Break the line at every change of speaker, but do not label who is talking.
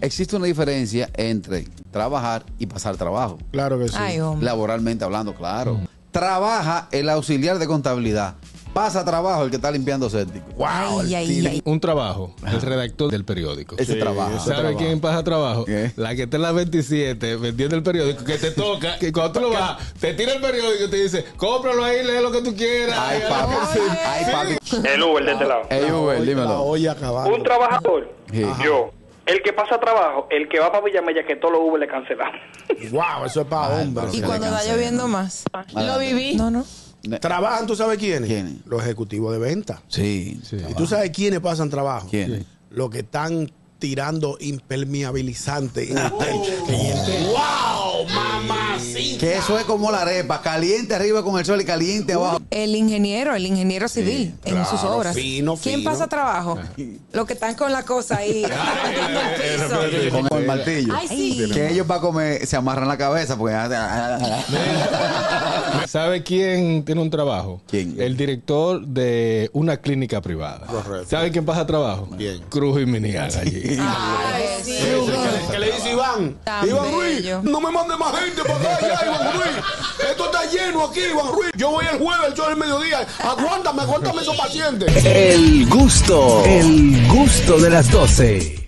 existe una diferencia entre trabajar y pasar trabajo.
Claro que sí.
Ay, oh. hombre.
Laboralmente hablando, claro. Trabaja el auxiliar de contabilidad. Pasa trabajo el que está limpiando séptico.
Wow.
Ay,
el
ay,
tigre.
ay.
Un trabajo, el redactor del periódico.
Ese
Sí,
trabajo.
ese
¿Sabe
trabajo.
quién pasa trabajo?
¿Qué?
La que está en la 27 vendiendo el periódico, que te toca, que cuando tú lo vas, te tira el periódico y te dice, cómpralo ahí, lee lo que tú quieras.
Ay, papi. Ay, papi.
El Uber de este lado.
Ey, Uber,
La
dímelo.
olla acabando.
Un trabajador,
Sí.
yo. El que pasa trabajo, el que va para Villamella, que todos los Uber le cancelamos.
Wow, eso es para
Ay,
hombres.
pero-
Y
Se
cuando
le
está
cancela.
lloviendo más.
Adelante.
No, no.
¿Trabajan, tú sabes quiénes?
¿Quiénes?
Los ejecutivos de venta.
Sí.
Sí.
¿Y tú sabes quiénes pasan trabajo?
¿Quiénes?
Los que están tirando impermeabilizante en el techo. En el techo. ¡Wow! ¡Mamacita!
Que eso es como la arepa, caliente arriba con el sol y caliente abajo.
El ingeniero, el ingeniero civil en
claro,
sus obras.
fino,
¿Quién
fino.
pasa trabajo? Los que están con la cosa ahí. arrastrando el piso.
Con el martillo.
Ay, sí.
Que ellos para comer se amarran la cabeza pues, ah, porque... ah.
¿Sabe quién tiene un trabajo?
¿Quién?
El director de una clínica privada.
Correcto.
¿Sabe quién pasa trabajo?
¿Quién?
Cruz y Miniaga allí.
Ay, sí.
Que le dice Iván,
Tan
Iván Ruiz,
bello.
no me mande más gente para acá, ya, Iván Ruiz. Esto está lleno aquí, Iván Ruiz. Yo voy el jueves, yo el mediodía. Aguántame, aguántame esos pacientes.
El gusto, el gusto de las 12.